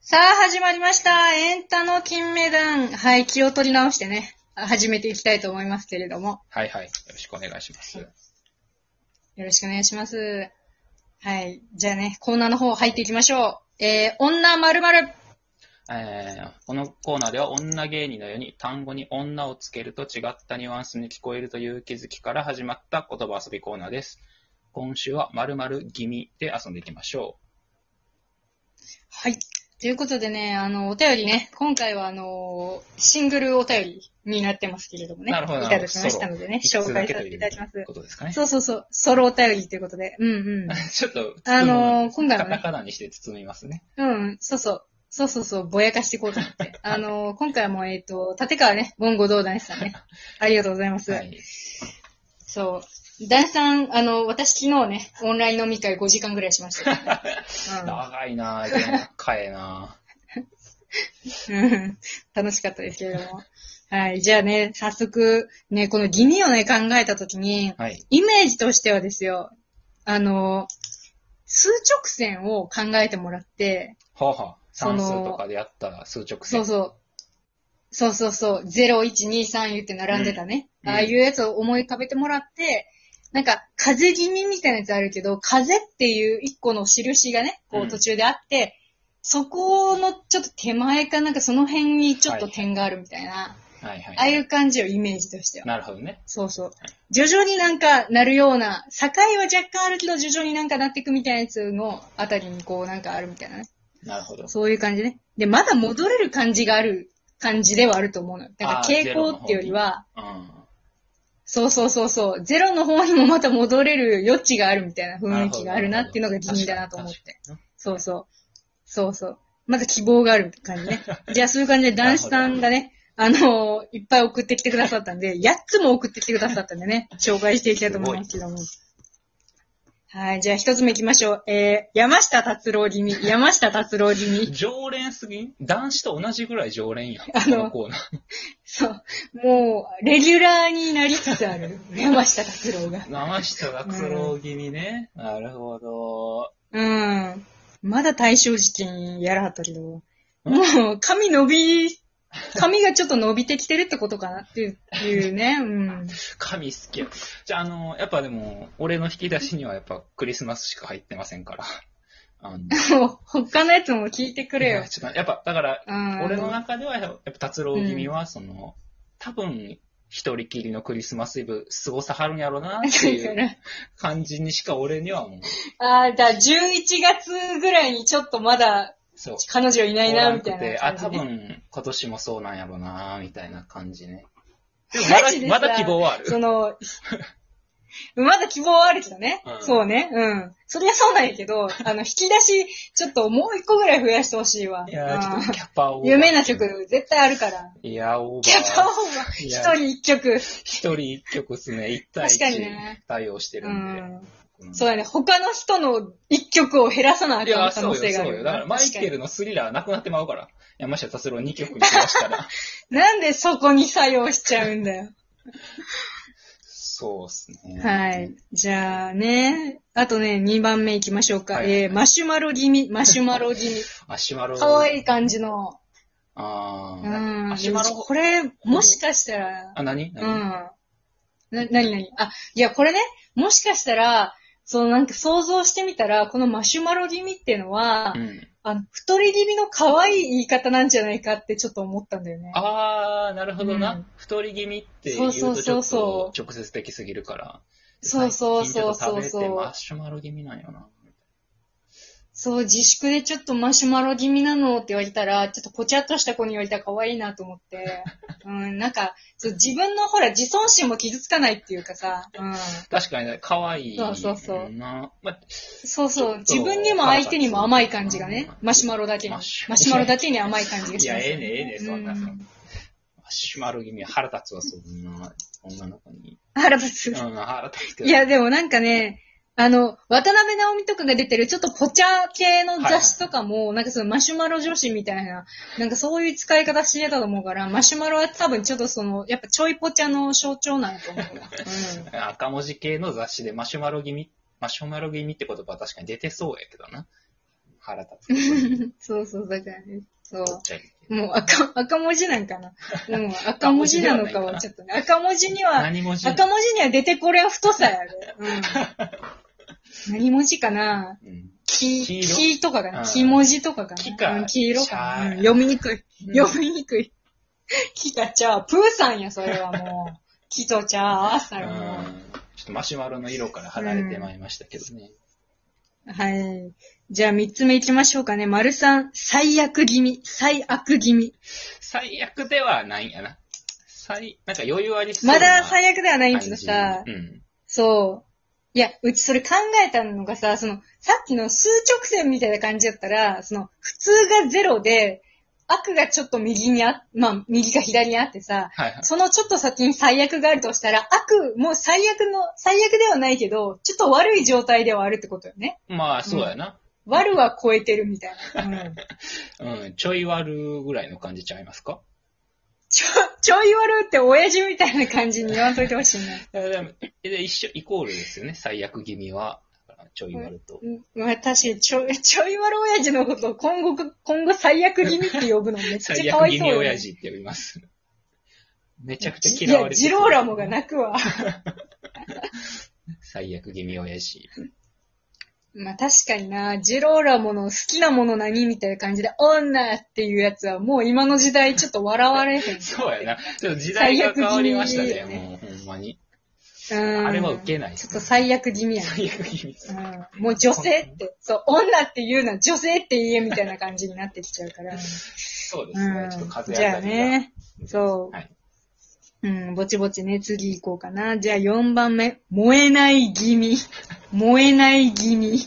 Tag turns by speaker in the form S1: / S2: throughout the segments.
S1: さあ、始まりました。エンタの金メダン。はい、気を取り直してね、始めていきたいと思いますけれども、
S2: はいはい。よろしくお願いします。
S1: よろしくお願いします。はい、じゃあね、コーナーの方入っていきましょう。えー、女まるまる。
S2: えー、このコーナーでは女芸人のように単語に女をつけると違ったニュアンスに聞こえるという気づきから始まった言葉遊びコーナーです。今週は〇〇気味で遊んでいきましょ
S1: はい。ということでね、あの、お便りね、今回はあの、シングルお便りになってますけれどもね、
S2: なるほど
S1: い
S2: な
S1: た
S2: るほ
S1: だ
S2: ど
S1: きましたので
S2: う。
S1: ね、紹介させていただきま
S2: と
S1: す
S2: いう。ことですかね。
S1: そうそうそう、ソロお便りということで、うん うん。
S2: ちょっと、
S1: あのー今回は
S2: カ
S1: ね
S2: タカナにして包みますね。
S1: うん、そうそう。そうそうそう、ぼやかしていこうと思 って。あのー今回はもう、えっ、と、立川ね、ボンゴ道男子さん ね。ありがとうございます。
S2: はい。
S1: そう。男子さん、あの、私昨日ね、オンライン飲み会5時間ぐらいしましたけどね、
S2: 長い なぁ、いやかえな
S1: うんうん楽しかったですけれども。はい。じゃあね、早速、ね、このギミをね、考えたときに
S2: ぁ。、 はい。
S1: イメージとしてはですよ、あの、数直線を考えてもらって、
S2: はあ、はあ、
S1: その
S2: 算数とかでやった数直
S1: そう
S2: 線。
S1: そう。そうそうそう。0、1、2、3言って並んでたね。
S2: うん
S1: ああいうやつを思い浮かべてもらって、なんか、風邪気味みたいなやつあるけど、風邪っていう一個の印がね、こ
S2: う
S1: うん途中であって、そこのちょっと手前かなんかその辺にちょっと点があるみたいな、
S2: はいはい。
S1: ああいう感じよ、イメージとしては。
S2: なるほどね。
S1: そうそう。徐々になんかなるような、境は若干あるけど、徐々になんかなっていくみたいなやつのあたりにこうなんかあるみたいなね。
S2: なるほど。
S1: そういう感じね。で、まだ戻れる感じがある感じではあると思うのよ。だから
S2: あー
S1: 傾向っていうよりは、
S2: うん。
S1: そうそうそうそう、ゼロの方にもまた戻れる余地があるみたいな雰囲気があるなっていうのが気味だなと思って。
S2: 確かに。
S1: そうそう。そうそう。まだ希望がある感じね。じゃあそういう感じで男子さんがね、あのーいっぱい送ってきてくださったんで、8つも送ってきてくださったんで ね、紹介していきたいと思いますけども。はい、じゃあ一つ目行きましょう。えー、山下達郎気味。山下達郎気味。
S2: 常連すぎん男子と同じぐらい常連やん。
S1: あ
S2: あ
S1: の
S2: のコーナー。
S1: そう。もう、レギュラーになりつつあ る。山下達郎が。
S2: 山下達郎気味ね。なるほど。
S1: うん。まだ大正事件やらはったけど。もう、髪伸び、髪がちょっと伸びてきてるってことかなっていういうね。うん。
S2: 神好きや。じゃあ、あの、やっぱでも、俺の引き出しにはやっぱクリスマスしか入ってませんから。あの、
S1: もう、他のやつも聞いてくれよ。
S2: ちょっとやっぱ、だから、
S1: うん。
S2: 俺の中ではやっぱ達郎気味は、その、多分、一人きりのクリスマスイブ、過ごさはるんやろな ってい
S1: だか
S2: う
S1: ら
S2: 感じにしか俺にはもう、
S1: ああ、だ、11月ぐらいにちょっとまだ
S2: そう。
S1: 彼女いない
S2: おら
S1: な、
S2: ん
S1: み
S2: く
S1: たい
S2: て
S1: な
S2: あ、
S1: 感じね。
S2: 多分、今年もそうなんやろなみたいな感じね。でも
S1: マジでさ
S2: まだ、まだ希望はある。
S1: その、まだ希望はあるけどね。
S2: うん
S1: そうね。うん。そりゃそうなんやけ ど、あの、引き出し、ちょっともう一個ぐらい増やしてほしいわ。
S2: いやー、ちょっ
S1: う
S2: と
S1: ん
S2: キャパオーバー。
S1: 有名な曲絶対あるから。
S2: いや、オ
S1: キャ
S2: ー
S1: パオ
S2: バー。
S1: ーバー、
S2: い
S1: 一
S2: や
S1: 人一曲。
S2: 一人一曲っすね。一対
S1: 確かに
S2: 一
S1: ね
S2: 対応してる
S1: うん
S2: で。
S1: ん。
S2: この
S1: そうだね。他の人の一曲を減らさなあ
S2: い
S1: か
S2: や、
S1: ん可
S2: そ
S1: 能
S2: う
S1: 性
S2: よ、
S1: があ
S2: そう
S1: る
S2: よ。
S1: よ
S2: だ
S1: な。
S2: から、マイ
S1: 確か
S2: ケ
S1: に
S2: ルのスリラーなくなってまうから。山下達郎2曲にしまし たら。
S1: なんでそこに作用しちゃうんだよ。
S2: そうっすね。
S1: はい。。じゃあね。あとね、2番目行きましょうか。
S2: はい
S1: えー、マシュマロ気味、マシュマロ気味。
S2: アシュマロ。
S1: かわい
S2: い。
S1: い感じの。
S2: あ
S1: う
S2: ー。
S1: ん。
S2: アシュマロ。
S1: これ、もしかしたら、
S2: あ、
S1: う
S2: 何
S1: ん。
S2: 何
S1: な、なになにあ、いや、これね、もしかしたら、そのなんか想像してみたら、このマシュマロ気味っていうのは、
S2: うん。
S1: あの、太り気味の可愛い言い方なんじゃないかってちょっと思ったんだよね。
S2: あー、なるほど
S1: うん
S2: な。太り気味って言う
S1: そうそ
S2: と
S1: う
S2: ち
S1: そ
S2: ょ
S1: う
S2: っ
S1: そう
S2: と直接的すぎるから。
S1: そうそう
S2: 最近ち
S1: そう
S2: ょっと食
S1: そう
S2: べて
S1: そ
S2: マ
S1: う。
S2: シュマロ気味なんよな。
S1: そう、自粛でちょっとマシュマロ気味なのって言われたら、ちょっとぽちゃっとした子に言われたら可愛いなと思 って。うん、なんか、そう自分のほら、自尊心も傷つかないっていうかさ、うん。
S2: 確かにね、可愛い
S1: そうそうそう
S2: な。まあ、
S1: そうそう、
S2: ちょ
S1: 自
S2: っと
S1: 分にも相手にも甘い感じがね、マシュマロだけに、マ
S2: マシュ
S1: シュマロだけに甘い感じが
S2: い
S1: し
S2: や、
S1: ます
S2: ええ
S1: よ、
S2: ね、ええね、そんな、
S1: う
S2: そんな。マシュマロ気味、腹立つわ、そんな、女の子に。
S1: 腹立
S2: うん、
S1: つ。
S2: 腹立つけど。
S1: いや、でもなんかね、あの、渡辺直美とかが出てる、ちょっとポチャ系の雑誌とかも、なんかそのマシュマロ女子みたいな、なんかそういう使い方してたと思うから、マシュマロは多分ちょっとその、やっぱちょいポチャの象徴なんやと思 うわ。うん。
S2: 赤文字系の雑誌でマシュマロ気味、マシュマロ気味って言葉は確かに出てそうやけどな。腹 立つ。
S1: そうそう、だからね。そう。
S2: どっちゃい
S1: もう赤、赤文字なんかな。もう赤文字なのかはちょっとね。赤文字には、
S2: 何文字
S1: 赤文字には出てこれは太さやで。 うん。何文字かな
S2: うん。
S1: 木、
S2: 黄色
S1: 木とかか
S2: うん
S1: な木文字とかかな
S2: 木か
S1: うん黄色か
S2: 茶
S1: な、
S2: や
S1: うん読みにくい。
S2: うん
S1: 読みにくい。木か茶プーさんや、それはもう。木と茶、朝
S2: う
S1: やもうん
S2: ちょっとマシュマロの色から離れてまいりましたけどね。
S1: はい。じゃあ三つ目行きましょうかね。丸さん、最悪気味。最悪気味。
S2: 最悪ではないんやな。最、なんか余裕ありそうな
S1: まだ最悪ではないん
S2: 感
S1: やけ
S2: じ
S1: どさ。
S2: うん。
S1: そう。いや、うちそれ考えたのがさ、その、さっきの数直線みたいな感じだったら、その、普通がゼロで、悪がちょっと右にあ、まあ、右か左にあってさ、
S2: はいはい。
S1: そのちょっと先に最悪があるとしたら、悪も最悪の、最悪ではないけど、ちょっと悪い状態ではあるってことよね。
S2: まあ、そうやな。
S1: 悪は超えてるみたいな。うん、
S2: うん。ちょい悪ぐらいの感じちゃいますか
S1: ちょ、ちょい悪って親父みたいな感じに言わんといてほしいな。
S2: いやでもえで一緒、イコールですよね。最悪気味は。だからちょい悪と。
S1: うん、私、ちょ、ちょい悪親父のことを今後、 今後最悪気味って呼ぶのめっち
S2: 最
S1: ゃかわ
S2: 悪
S1: い
S2: 気
S1: そう
S2: 味
S1: よ
S2: 親父って呼びます。めちゃくちゃ
S1: い
S2: 嫌わ
S1: や、
S2: れて
S1: ジローラモが泣くわ。
S2: 最悪気味親父。
S1: まあ確かにな、ジローラモの好きなもの何みたいな感じで、女っていうやつはもう今の時代ちょっと笑われへん。
S2: そうやな。ちょっと時代が変わりました
S1: 最
S2: ね。
S1: 悪気味
S2: もう、ほんまに。
S1: うん。
S2: あれはウケないです
S1: ちょ
S2: ね
S1: っと最悪気味や
S2: 最悪気味です。
S1: な、うん。もう女性って、そう、女っていうのは女性って言えみたいな感じになってきちゃうから。
S2: そうです
S1: う
S2: ね
S1: ん。。
S2: ちょっと風当
S1: じゃ
S2: た
S1: あ
S2: りが。
S1: ね、そう。
S2: はい。
S1: うん、ぼちぼちね、次行こうかな。じゃあ4番目、燃えない気味。燃えない気味。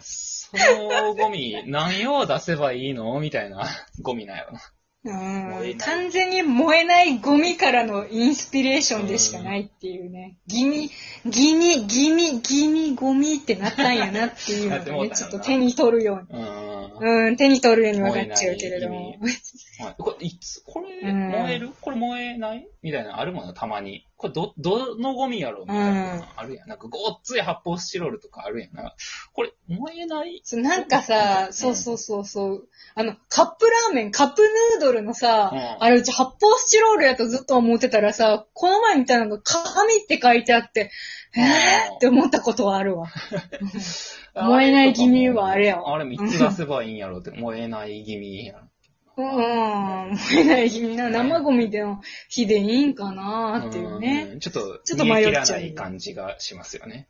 S2: そのゴミ、何を出せばいいのみたいな ゴミなんやろな。
S1: う
S2: 燃え
S1: ん
S2: ない
S1: 完全に燃えないゴミからのインスピレーションでしかないっていうね。ギミ、ギミ、ギミ、ギミ、ゴミってなったんやなっていう の
S2: なって
S1: が
S2: もう
S1: ね、
S2: たん
S1: ち
S2: やな
S1: ょっと手に取るように。
S2: うーん。
S1: うん、手に取るように分かっちゃうけれど
S2: 燃
S1: も
S2: え。はいこれ、いつ、これ、
S1: うん
S2: 燃えるこれ燃えないみたいなのあるもんな、たまに。これ、ど、どのゴミやろみたいな
S1: うん
S2: のあるやん。なんか、ごっつい発泡スチロールとかあるやん。なんかこれ、燃えない
S1: そうなんかさ、そうそうそうそう。あの、カップラーメン、カップヌードルのさ、
S2: うん
S1: あれうち発泡スチロールやとずっと思ってたらさ、この前見たのが紙って書いてあって、
S2: うん
S1: えーって思ったことはあるわ。燃えない気味はあれやわ
S2: あれもいつ出せばいいんやろって、燃えない気味やん。
S1: うん、燃えない気味な、生ゴミでの火でいいんかなっていうね。
S2: うん。ちょっと、
S1: ちょっと迷っちゃう
S2: 煮え切らない感じがしますよね。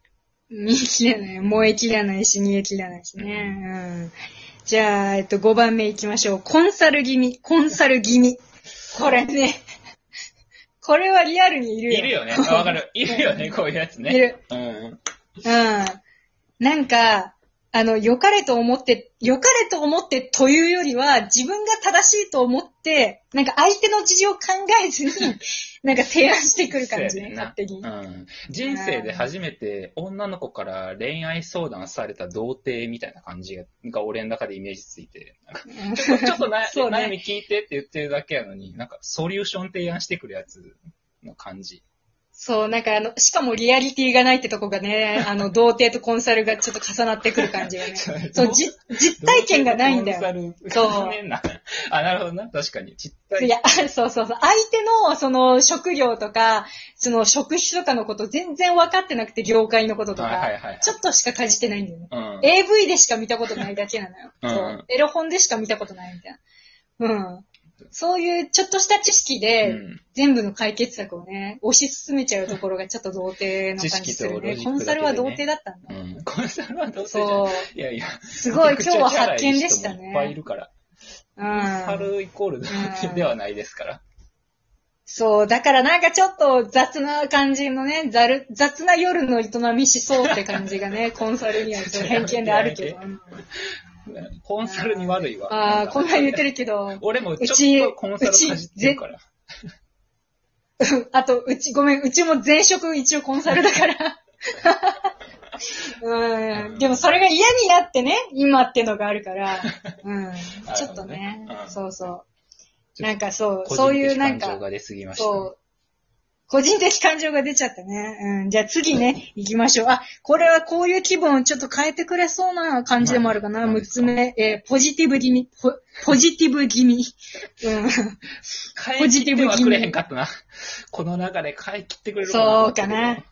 S1: 煮え切らない。燃え切らないし、煮え切らないしね。うん。じゃあ、えっと、5番目いきましょう。コンサル気味。コンサル気味。これね。これはリアルにいるよ。
S2: いるよね。あわかる。いるよね、こういうやつね。
S1: いる。
S2: うん。
S1: うん。なんか、あの、良かれと思って、良かれと思ってというよりは、自分が正しいと思って、なんか相手の事情を考えずに、 なんか提案してくる感じね、
S2: そうやんな
S1: 勝手に
S2: う。ん。人生で初めて女の子から恋愛相談された童貞みたいな感じが俺の中でイメージついて、なんか
S1: うん
S2: ちょちょっと な
S1: そうね
S2: 悩み聞いてって言ってるだけやのに、なんかソリューション提案してくるやつの感 じ。
S1: そう、なんかあの、しかもリアリティがないってとこが ね、あの、童貞とコンサルがちょっと重なってくる感じがね。そう、じ、実体験がないんだよ。
S2: よ
S1: そう
S2: 残念な。 あ、なるほどな。確かに。実
S1: い
S2: 体
S1: や、そうそうそう。相手の、その、職業とか、その、職種とかのこと全然分かってなくて、業界のことと
S2: はいはい
S1: か、
S2: はいはい。
S1: ちょっとしかかじってないんだよね。
S2: うん。
S1: AV でしか見たことないだけなのよ。
S2: うん
S1: そう。エロ本でしか見たことないみたいな。うん。そういうちょっとした知識で、
S2: うん
S1: 全部の解決策をね、推し進めちゃうところがちょっと童貞の感じする
S2: 知識とロ
S1: ね。
S2: ジックだけでね
S1: コンサルは童貞だったんだ。
S2: うん。コンサルはどうせじゃん
S1: そう。
S2: いやいや。
S1: す ごい、
S2: めち
S1: 今
S2: ゃ
S1: 日
S2: く
S1: は
S2: ちゃ
S1: 発見でした
S2: チャラい人もいっぱいい
S1: ね。
S2: るから。
S1: う
S2: サ
S1: ん。
S2: ルイコール ではないですから。
S1: そう、だからなんかちょっと雑な感じのね、ざる雑な夜の営みしそうって感じが ね、コンサルにはちょっと偏見であるけど。うん
S2: コンサルに悪いわ。
S1: ああ、こんなん言って
S2: る。
S1: るけど。
S2: 俺もちょっとコンサルかじってるから。
S1: あと、うち、ごめん、うちも前職一応コンサルだから。 うん、でもそれが嫌になってね、今ってのがあるから、 うん、ちょっとね
S2: なるほどねう、ん
S1: そうそう。なんかそう、
S2: 個
S1: そう
S2: 人
S1: いう
S2: 的
S1: なん
S2: 感情
S1: か、
S2: が出すぎましたね。
S1: そう、個人的感情が出ちゃったね。うん。じゃあ次 ね、行きましょう。あ、これはこういう気分をちょっと変えてくれそうな感じでもあるかな。
S2: はい
S1: 六つ目、えーポジティブ気味。ポポジティブ気味。うん。
S2: 変え切ってはくれへんかったな。この中で変え切ってくれる
S1: そうかな。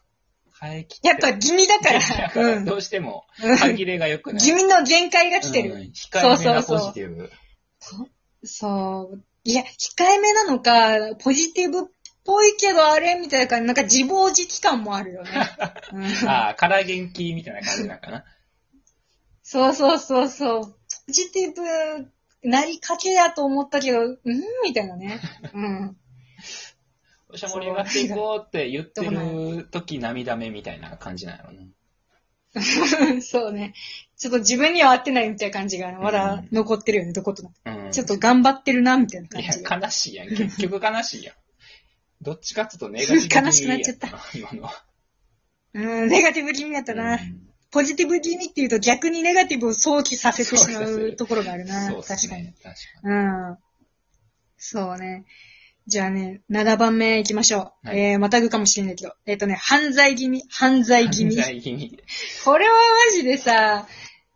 S2: 変え切って。
S1: やっぱ気味だ か。
S2: だからら
S1: うん
S2: ど。うしても、
S1: うん
S2: 歯切れが良くない。
S1: 気味の限界が来てる。
S2: うん控えめなポジティブ。
S1: そう。いや、控えめなのか、ポジティブっぽいけどあれみたいな感じ、なんか自暴自棄感もある よね。うん
S2: ああ、から元気みたいな感じなん かな。
S1: そうそうそうそう。ポジティブなりかけやと思ったけど、うんみたいなね。うん。
S2: おしゃ盛り上がっていこうって言ってる時涙目みたいな感じなんやろな。
S1: そうね。ちょっと自分には合ってないみたいな感じが、まだ残ってるよね、どことなく。
S2: うん、
S1: ちょっと頑張ってるな、みたいない感じが。
S2: や、悲しい やん。結局悲しいやん。どっちかっていうとネガティ ブ
S1: 悲しくなっちゃった
S2: た。今のは。
S1: うん、ネガティブ気味やったな。
S2: うん
S1: ポジティブ気味っていうと逆にネガティブを想起させてしま
S2: そうそうそう
S1: うところがあるな。
S2: そうっす
S1: 確かに。
S2: ね。確か
S1: うん。そうね。じゃあね、7番目行きましょう。
S2: はい
S1: えー、またぐかもしれないけど。えっ、とね、犯罪気味、犯罪
S2: に。
S1: 気味。
S2: 犯罪気味。
S1: これはマジでさ、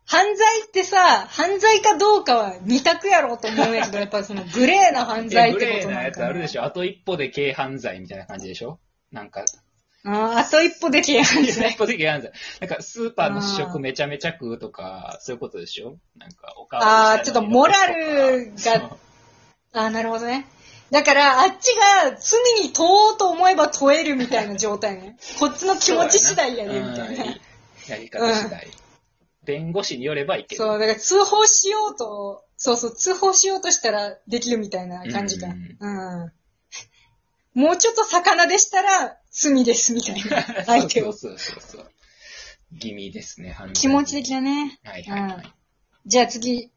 S1: 犯罪ってさ、犯罪かどうかは二択やろうと思うんやけ ど、やっぱそのグレーな犯罪っ
S2: グ
S1: て
S2: レ
S1: こ
S2: ー
S1: と
S2: な
S1: な
S2: や
S1: の
S2: つあ
S1: か
S2: る
S1: な
S2: で。しょ。あと一歩で軽犯罪みたいな感じでしょな んか、
S1: あーあと一歩で軽犯
S2: 一
S1: 罪。
S2: 歩で軽犯罪。なんか、スーパーの試食めちゃめちゃ食うとか、そういうことでしょなんか、おか
S1: あーちょっとモラル がああ、なるほどね。だから、あっちが罪に問おうと思えば問えるみたいな状態ね。こっちの気持ち次第やね、みたいな。
S2: やり方次第。弁護士によればいける。
S1: そう、だから通報しようと、そうそう、通報しようとしたらできるみたいな感じか。
S2: う
S1: うんん。もうちょっと魚でしたら罪ですみたい な。 相手を。
S2: そうそうそうそう。気味ですね、犯罪
S1: 気持ち的なね。
S2: はいはいはい。
S1: じゃあ次、